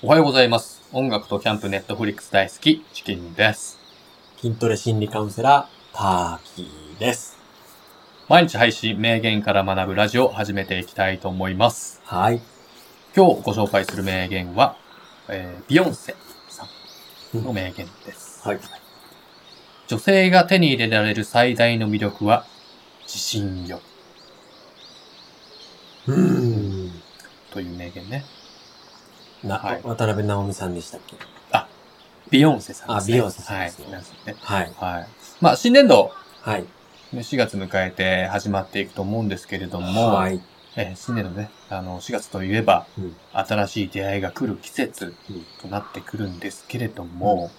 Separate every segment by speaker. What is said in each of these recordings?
Speaker 1: おはようございます。音楽とキャンプ、ネットフリックス大好き、チキンです。
Speaker 2: 筋トレ心理カウンセラー、ターキーです。
Speaker 1: 毎日配信、名言から学ぶラジオを始めていきたいと思います。
Speaker 2: はい。
Speaker 1: 今日ご紹介する名言は、えービヨンセさんの名言です。
Speaker 2: はい。
Speaker 1: 女性が手に入れられる最大の魅力は、自信よ。
Speaker 2: うーん。
Speaker 1: という名言ね。
Speaker 2: な、
Speaker 1: はい
Speaker 2: 渡辺直美さんでしたっけ
Speaker 1: ビヨンセさんです、ね。
Speaker 2: あビヨンセさんですね
Speaker 1: はい。ビヨンセね
Speaker 2: はい。
Speaker 1: はい。まあ、新年度、
Speaker 2: はい。
Speaker 1: 4月迎えて始まっていくと思うんですけれども、
Speaker 2: はい。
Speaker 1: えー新年のね、あの、4月といえば、
Speaker 2: うん
Speaker 1: 新しい出会いが来る季節
Speaker 2: うん
Speaker 1: となってくるんですけれども、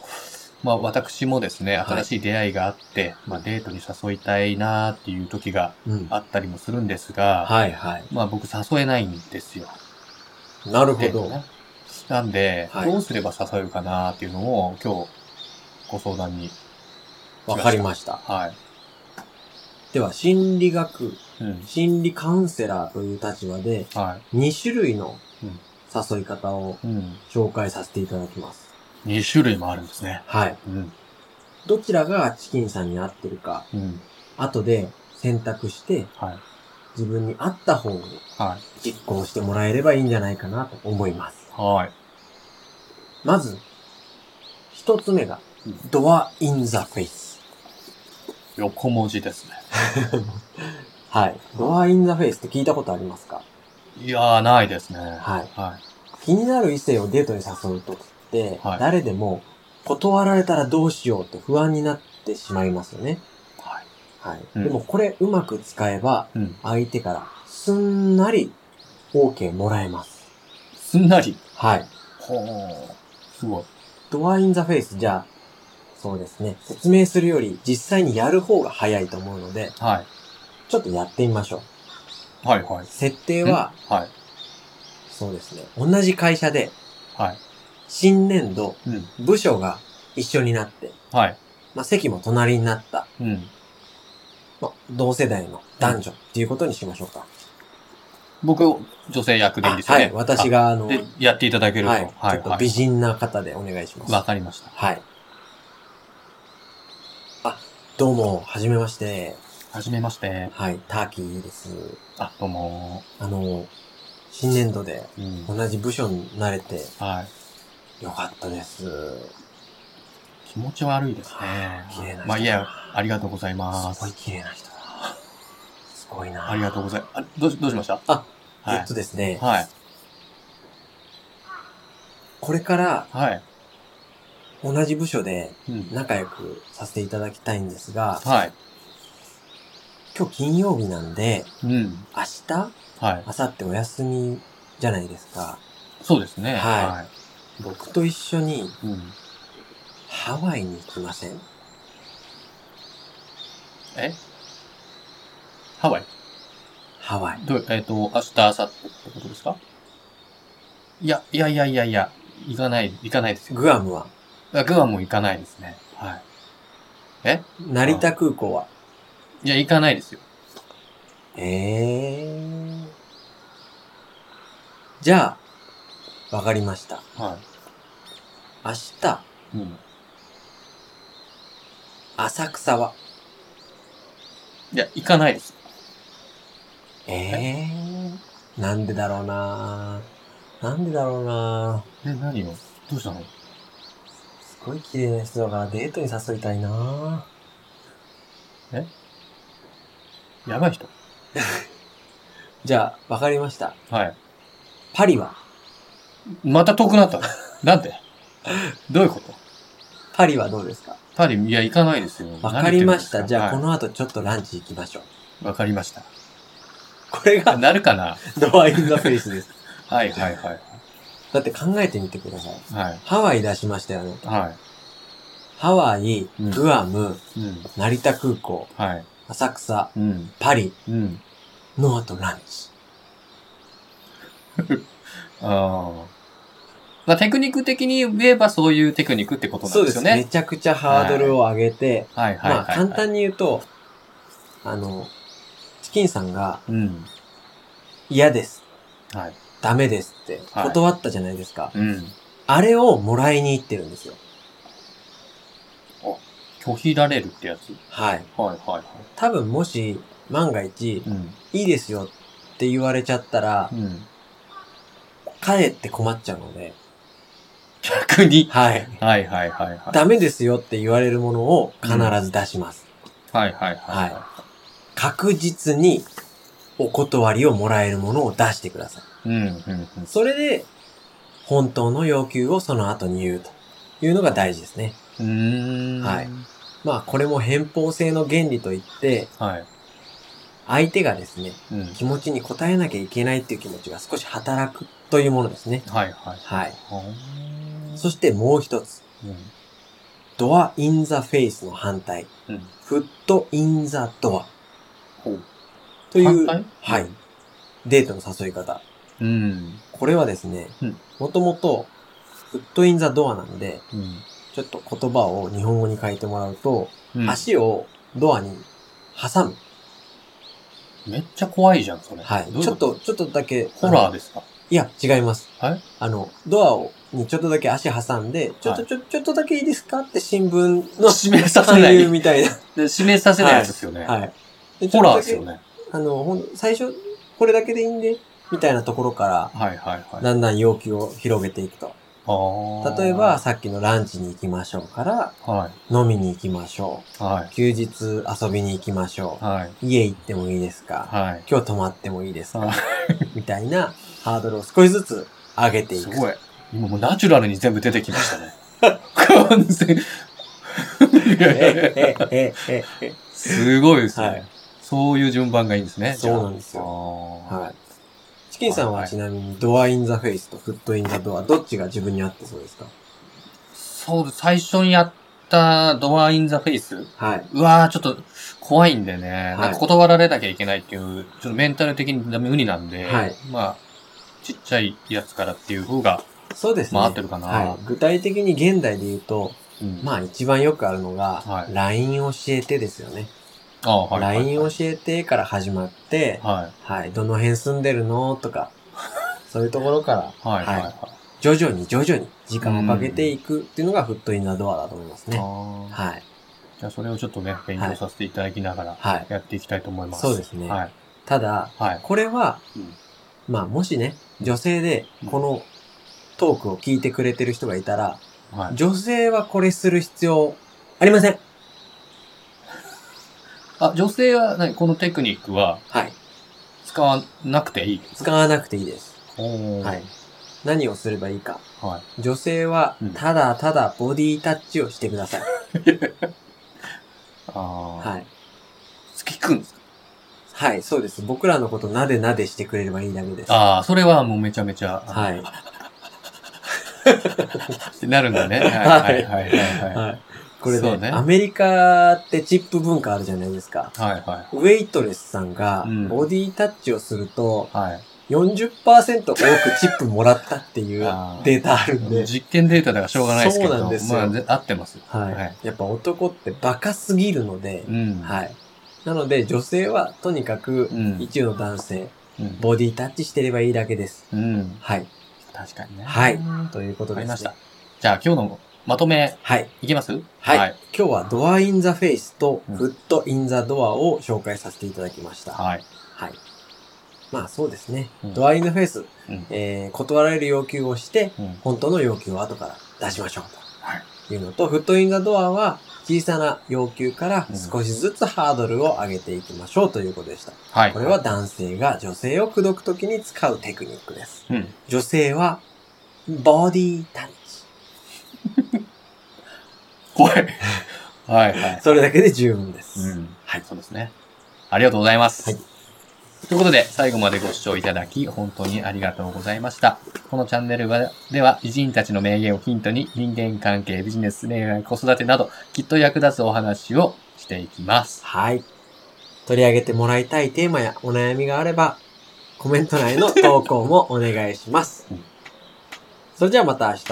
Speaker 1: まあ私もですね、
Speaker 2: い
Speaker 1: 新しい出会いがあって、まあデートに誘いたいなーっていう時が
Speaker 2: うん。
Speaker 1: あったりもするんですが、
Speaker 2: はいはい。
Speaker 1: まあ僕誘えないんですよ。
Speaker 2: なるほ
Speaker 1: デー
Speaker 2: ど。
Speaker 1: トねなんで、
Speaker 2: はい
Speaker 1: どうすれば誘えるかなーっていうのを今日ご相談に。
Speaker 2: わかりました。
Speaker 1: はい。
Speaker 2: では、心理学、
Speaker 1: うん。
Speaker 2: 心理カウンセラーという立場で、
Speaker 1: は
Speaker 2: 2種類の
Speaker 1: うん
Speaker 2: 誘い方を
Speaker 1: い。うん。
Speaker 2: 紹介させていただきます。
Speaker 1: 2種類もあるんですね。
Speaker 2: はい。
Speaker 1: うん。
Speaker 2: どちらがチキンさんに合ってるか、
Speaker 1: うん。
Speaker 2: 後で選択して
Speaker 1: はい。
Speaker 2: 自分に合った方に
Speaker 1: はい。
Speaker 2: 実行してもらえればいいんじゃないかなと思います。
Speaker 1: はい。
Speaker 2: まず、一つ目が
Speaker 1: うん、
Speaker 2: ドアインザフェイス。
Speaker 1: 横文字ですね。
Speaker 2: はい。ドアインザフェイスって聞いたことありますか
Speaker 1: いやー、ないですね。は
Speaker 2: はい。
Speaker 1: い。は
Speaker 2: 気になる異性をデートに誘うときって、
Speaker 1: はい
Speaker 2: 誰でも断られたらどうしようって不安になってしまいますよね。
Speaker 1: い。
Speaker 2: はい。
Speaker 1: うん
Speaker 2: でもこれうまく使えば、
Speaker 1: うん。
Speaker 2: 相手からすんなり OK もらえます。
Speaker 1: すんなり。
Speaker 2: はい。
Speaker 1: ほー。すごい。
Speaker 2: ドアインザフェイスじゃあ、そうですね。説明するより実際にやる方が早いと思うので、
Speaker 1: はい。
Speaker 2: ちょっとやってみましょう。
Speaker 1: はい、はい。
Speaker 2: 設定は、
Speaker 1: はい。
Speaker 2: そうですね。同じ会社で、
Speaker 1: はい。
Speaker 2: 新年度、
Speaker 1: うん。
Speaker 2: 部署が一緒になって、
Speaker 1: はい。
Speaker 2: まあ、席も隣になった、
Speaker 1: うん。
Speaker 2: まあ、同世代の男女っていうことにしましょうか。
Speaker 1: 僕、女性役でいいんです
Speaker 2: あ
Speaker 1: よ
Speaker 2: は
Speaker 1: ね。
Speaker 2: い。私が、あの、
Speaker 1: あ。
Speaker 2: はい
Speaker 1: で、。やっていただけると。はい。
Speaker 2: ちょっと
Speaker 1: は
Speaker 2: 美人な方でお願いしま
Speaker 1: い。
Speaker 2: す。
Speaker 1: わかりました。
Speaker 2: はい。あ、どうも、はじめまして。
Speaker 1: はじめまして。
Speaker 2: はい、ターキーです。
Speaker 1: あ、どうも
Speaker 2: あの、新年度で
Speaker 1: ー。うん。
Speaker 2: 同じ部署になれて
Speaker 1: はい。
Speaker 2: よかったです。
Speaker 1: 気持ち悪いですね。
Speaker 2: 綺麗な人だ
Speaker 1: まあ、いや、ありがとうございます
Speaker 2: ごい
Speaker 1: す。
Speaker 2: 綺麗な人だ。すごいな。
Speaker 1: ありがとうございます。あ、どうし、どうしました
Speaker 2: あ、
Speaker 1: はい
Speaker 2: えっと。ですね、
Speaker 1: はい。
Speaker 2: これから
Speaker 1: はい。
Speaker 2: 同じ部署で
Speaker 1: うん。
Speaker 2: 仲良くさせていただきたいんですが、
Speaker 1: はい。
Speaker 2: 今日金曜日なんで、
Speaker 1: うん。
Speaker 2: 明日、
Speaker 1: はい。
Speaker 2: 明後日お休みじゃないですか。
Speaker 1: そうですね。
Speaker 2: はい僕と一緒
Speaker 1: い。
Speaker 2: に
Speaker 1: うん。
Speaker 2: ハワイに行きません
Speaker 1: えハワイ
Speaker 2: ハワイ。
Speaker 1: どうえっ、と、明日、明後日ってことですかいや、いやいやいやいや、行かない、行かないですよ。
Speaker 2: グアムは
Speaker 1: あグアムも行かないですね。はい。
Speaker 2: 成田空港はい
Speaker 1: や、行かないですよ。
Speaker 2: えー。じゃあ、わかりました。
Speaker 1: は
Speaker 2: 明日、
Speaker 1: い。うん。
Speaker 2: 浅草は。
Speaker 1: いや、行かないです。
Speaker 2: えー。なんでだろうななんでだろうな
Speaker 1: え、何をどうしたの
Speaker 2: すごい綺麗な人だからデートに誘いたいな
Speaker 1: やばい人。
Speaker 2: じゃあ、わかりました。
Speaker 1: はい。
Speaker 2: パリは
Speaker 1: また遠くな ったのなんでどういうこと
Speaker 2: パリはどうですか
Speaker 1: パリ、いや、行かないですよ。
Speaker 2: わかりました。
Speaker 1: 何
Speaker 2: じ
Speaker 1: 言ってるんですか
Speaker 2: ゃあ、こ
Speaker 1: は
Speaker 2: の後ちょっとランチ行きましょう。
Speaker 1: いわかりました。
Speaker 2: これ
Speaker 1: あ
Speaker 2: が、
Speaker 1: なるかな
Speaker 2: ドアインザフェイスです。
Speaker 1: はい、はい、はい。
Speaker 2: だって考えてみてください。
Speaker 1: はい。
Speaker 2: ハワイ出しましたよね。
Speaker 1: は
Speaker 2: ハワイ、
Speaker 1: うん
Speaker 2: グアム、
Speaker 1: い。うん。
Speaker 2: 成田空港、
Speaker 1: はい。
Speaker 2: 浅草、
Speaker 1: うん。
Speaker 2: パリ、
Speaker 1: うん。
Speaker 2: ノアとランチ。
Speaker 1: ああ。まあ、テクニック的に言えばそういうテクニックってことなんですよね。
Speaker 2: めちゃくちゃハードルを上げて、
Speaker 1: はいはいはい、はい。
Speaker 2: まあ簡単に言うと、あの、チキンさんが
Speaker 1: うん。
Speaker 2: 嫌です、
Speaker 1: はい。
Speaker 2: ダメですって
Speaker 1: はい
Speaker 2: 断ったじゃないですか。
Speaker 1: うん。
Speaker 2: あれをもらいに行ってるんですよ。
Speaker 1: 拒否られるってやつ。
Speaker 2: はい。
Speaker 1: はいは
Speaker 2: 多分もし、万が一
Speaker 1: いはい。、うん。
Speaker 2: いいですよって言われちゃったら、
Speaker 1: うん。
Speaker 2: 帰って困っちゃうので、
Speaker 1: 逆に。
Speaker 2: はい。
Speaker 1: はいはいはいはい。
Speaker 2: ダメですよって言われるものを必ず出します。
Speaker 1: はいはいはい。
Speaker 2: 確実にお断りをもらえるものを出してください。
Speaker 1: うんうんうん。
Speaker 2: それで、本当の要求をその後に言うというのが大事ですね。
Speaker 1: うーん。
Speaker 2: はい。まあ、これも偏方性の原理といって、
Speaker 1: はい。
Speaker 2: 相手がですね、
Speaker 1: うん。
Speaker 2: 気持ちに応えなきゃいけないっていう気持ちが少し働くというものですね。
Speaker 1: はいはい。
Speaker 2: はい。
Speaker 1: は
Speaker 2: そしてもう一つ、
Speaker 1: ーうん。
Speaker 2: ドアインザフェイスの反対、
Speaker 1: うん。
Speaker 2: フットインザドア
Speaker 1: ほう。
Speaker 2: という、
Speaker 1: 反対
Speaker 2: はい。デートの誘い方。
Speaker 1: うん。
Speaker 2: これはですね
Speaker 1: うん、
Speaker 2: もともと、フットインザドアなので、
Speaker 1: うん。
Speaker 2: ちょっと言葉を日本語に変えてもらうと、
Speaker 1: うん。
Speaker 2: 足をドアに挟む。
Speaker 1: めっちゃ怖いじゃん、それ。
Speaker 2: はい。
Speaker 1: どういう
Speaker 2: ちょ
Speaker 1: こ
Speaker 2: っと、ちょっとだけ。
Speaker 1: ホラ
Speaker 2: あ
Speaker 1: ー
Speaker 2: の
Speaker 1: ですか
Speaker 2: いや、違います。
Speaker 1: はい
Speaker 2: あの、ドアを、にちょっとだけ足挟んで、ちょっ
Speaker 1: は
Speaker 2: と、
Speaker 1: い
Speaker 2: ちょ、ちょっとだけいいですかって新聞の、
Speaker 1: 指名させない
Speaker 2: 勧誘みたいな。
Speaker 1: で指名させないやつですよね。
Speaker 2: はい。で
Speaker 1: ホラーですよ。
Speaker 2: ちょっとだ
Speaker 1: ね。
Speaker 2: けあの、ほん最初、これだけでいいんで、みたいなところ
Speaker 1: は
Speaker 2: か
Speaker 1: いはい
Speaker 2: ら、
Speaker 1: はい。
Speaker 2: だんだん要求を広げていくと。
Speaker 1: あー
Speaker 2: 例えば、、さっきのランチに行きましょうから、
Speaker 1: は
Speaker 2: 飲みに行きましょ
Speaker 1: い、は
Speaker 2: う。休日遊びに行きましょ
Speaker 1: い、はい、
Speaker 2: う。家行ってもいいですか
Speaker 1: はい。
Speaker 2: 今日泊まってもいいですか
Speaker 1: あ
Speaker 2: みたいなハードルを少しずつ上げて
Speaker 1: ー
Speaker 2: い
Speaker 1: す
Speaker 2: く。
Speaker 1: ごい。今もうナチュラルに全部出てきましたね。完全。
Speaker 2: ええええええ
Speaker 1: すごいですね、
Speaker 2: はい
Speaker 1: そういう順番がいいんですね。じゃあ
Speaker 2: そうなんですよ
Speaker 1: あー
Speaker 2: はい。チキンさんはちなみにドアインザフェイスとフットインザドア、どっちが自分に合ってそうですか
Speaker 1: そう、最初にやったドアインザフェイス。
Speaker 2: はい。
Speaker 1: うわー、ちょっと怖いんでね。
Speaker 2: い
Speaker 1: なんか断られなきゃいけないっていう、ちょっとメンタル的にダメ無理なんで、
Speaker 2: はい
Speaker 1: まあ、ちっちゃいやつからっていう方が、
Speaker 2: そうですね。
Speaker 1: まあ合ってるかな
Speaker 2: はい。具体的に現代で言うと、
Speaker 1: うん
Speaker 2: まあ一番よくあるのが、
Speaker 1: はい
Speaker 2: LINE 教えてですよね。
Speaker 1: ああ、はいはい。
Speaker 2: LINE 教えてから始まって、
Speaker 1: はい。
Speaker 2: はい、どの辺住んでるのとか、そういうところから、
Speaker 1: はいはいはい。
Speaker 2: はい徐々に徐々に時間をかけていくっていうのがフットインザドアだと思いますね。
Speaker 1: ああ
Speaker 2: はい。
Speaker 1: じゃあそれをちょっとね、勉強させていただきながら
Speaker 2: はい。
Speaker 1: やっていきたいと思います。
Speaker 2: そうですね
Speaker 1: はい。
Speaker 2: ただ、
Speaker 1: はい。
Speaker 2: これは、
Speaker 1: うん
Speaker 2: まあもしね、女性で
Speaker 1: うん
Speaker 2: このトークを聞いてくれてる人がいたら、
Speaker 1: はい。
Speaker 2: 女性はこれする必要ありません。
Speaker 1: あ、女性は何このテクニックは
Speaker 2: はい。
Speaker 1: 使わなくていい
Speaker 2: 使わなくていいです。
Speaker 1: おー
Speaker 2: はい。何をすればいいか。
Speaker 1: は
Speaker 2: 女性は
Speaker 1: うん、
Speaker 2: ただただボディタッチをしてください。
Speaker 1: い。ああ。。
Speaker 2: はいい。
Speaker 1: 好きくんですか
Speaker 2: はい、そうです。僕らのことなでなでしてくれればいいだけです。
Speaker 1: ああ、それはもうめちゃめちゃ、あの
Speaker 2: はい。
Speaker 1: ってなるんだ ね。はいはいはいはい。はい
Speaker 2: はい。これ
Speaker 1: そ
Speaker 2: ね
Speaker 1: うね
Speaker 2: アメリカってチップ文化あるじゃないですか。
Speaker 1: はいは
Speaker 2: ウェイトレスさんが
Speaker 1: うん、
Speaker 2: ボディタッチをすると、
Speaker 1: い。はい。
Speaker 2: 40%多くチップもらったっていう
Speaker 1: あー
Speaker 2: データあるんで、
Speaker 1: 実験データだからしょうがないですけど、
Speaker 2: そうなんですよ
Speaker 1: まあぜ、合ってます。
Speaker 2: はい、
Speaker 1: はい
Speaker 2: やっぱ男ってバカすぎるので
Speaker 1: う、ん。
Speaker 2: はい。なので女性はとにかく
Speaker 1: う、ん。
Speaker 2: 一応の男性、
Speaker 1: うん
Speaker 2: ボディタッチしてればいいだけです。
Speaker 1: うん。
Speaker 2: はい。
Speaker 1: 確かにね。
Speaker 2: はい
Speaker 1: わ
Speaker 2: ということ
Speaker 1: か
Speaker 2: で
Speaker 1: り
Speaker 2: す、ね。
Speaker 1: ました。。じゃあ今日のまとめ
Speaker 2: はい。
Speaker 1: いきます
Speaker 2: はい。
Speaker 1: はい。
Speaker 2: 今日はドアインザフェイスと
Speaker 1: うん
Speaker 2: フットインザドアを紹介させていただきました。
Speaker 1: はい。
Speaker 2: はい。まあそうですね。
Speaker 1: うん
Speaker 2: ドアインザフェイス、
Speaker 1: うん
Speaker 2: えー、断られる要求をして、
Speaker 1: うん
Speaker 2: 本当の要求を後から出しましょう
Speaker 1: はい。
Speaker 2: というのと、フットインザドアは小さな要求から
Speaker 1: うん
Speaker 2: 少しずつハードルを上げていきましょうということでした。
Speaker 1: はい。
Speaker 2: これは、男性が女性を口説くときに使うテクニックです。
Speaker 1: うん。
Speaker 2: 女性は、ボディタッチ。
Speaker 1: 怖 い。はいはい。
Speaker 2: それだけで十分です。
Speaker 1: うん。
Speaker 2: はい
Speaker 1: そうですね。ありがとうございます。
Speaker 2: はい
Speaker 1: ということで、最後までご視聴いただき、本当にありがとうございました。このチャンネルはでは、偉人たちの名言をヒントに、人間関係、ビジネス、恋愛、子育てなど、きっと役立つお話をしていきます。
Speaker 2: はい。取り上げてもらいたいテーマやお悩みがあれば、コメント内の投稿もお願いします
Speaker 1: うん。
Speaker 2: それじゃあまた明日。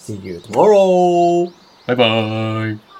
Speaker 2: See you tomorrow!
Speaker 1: バイバーイ。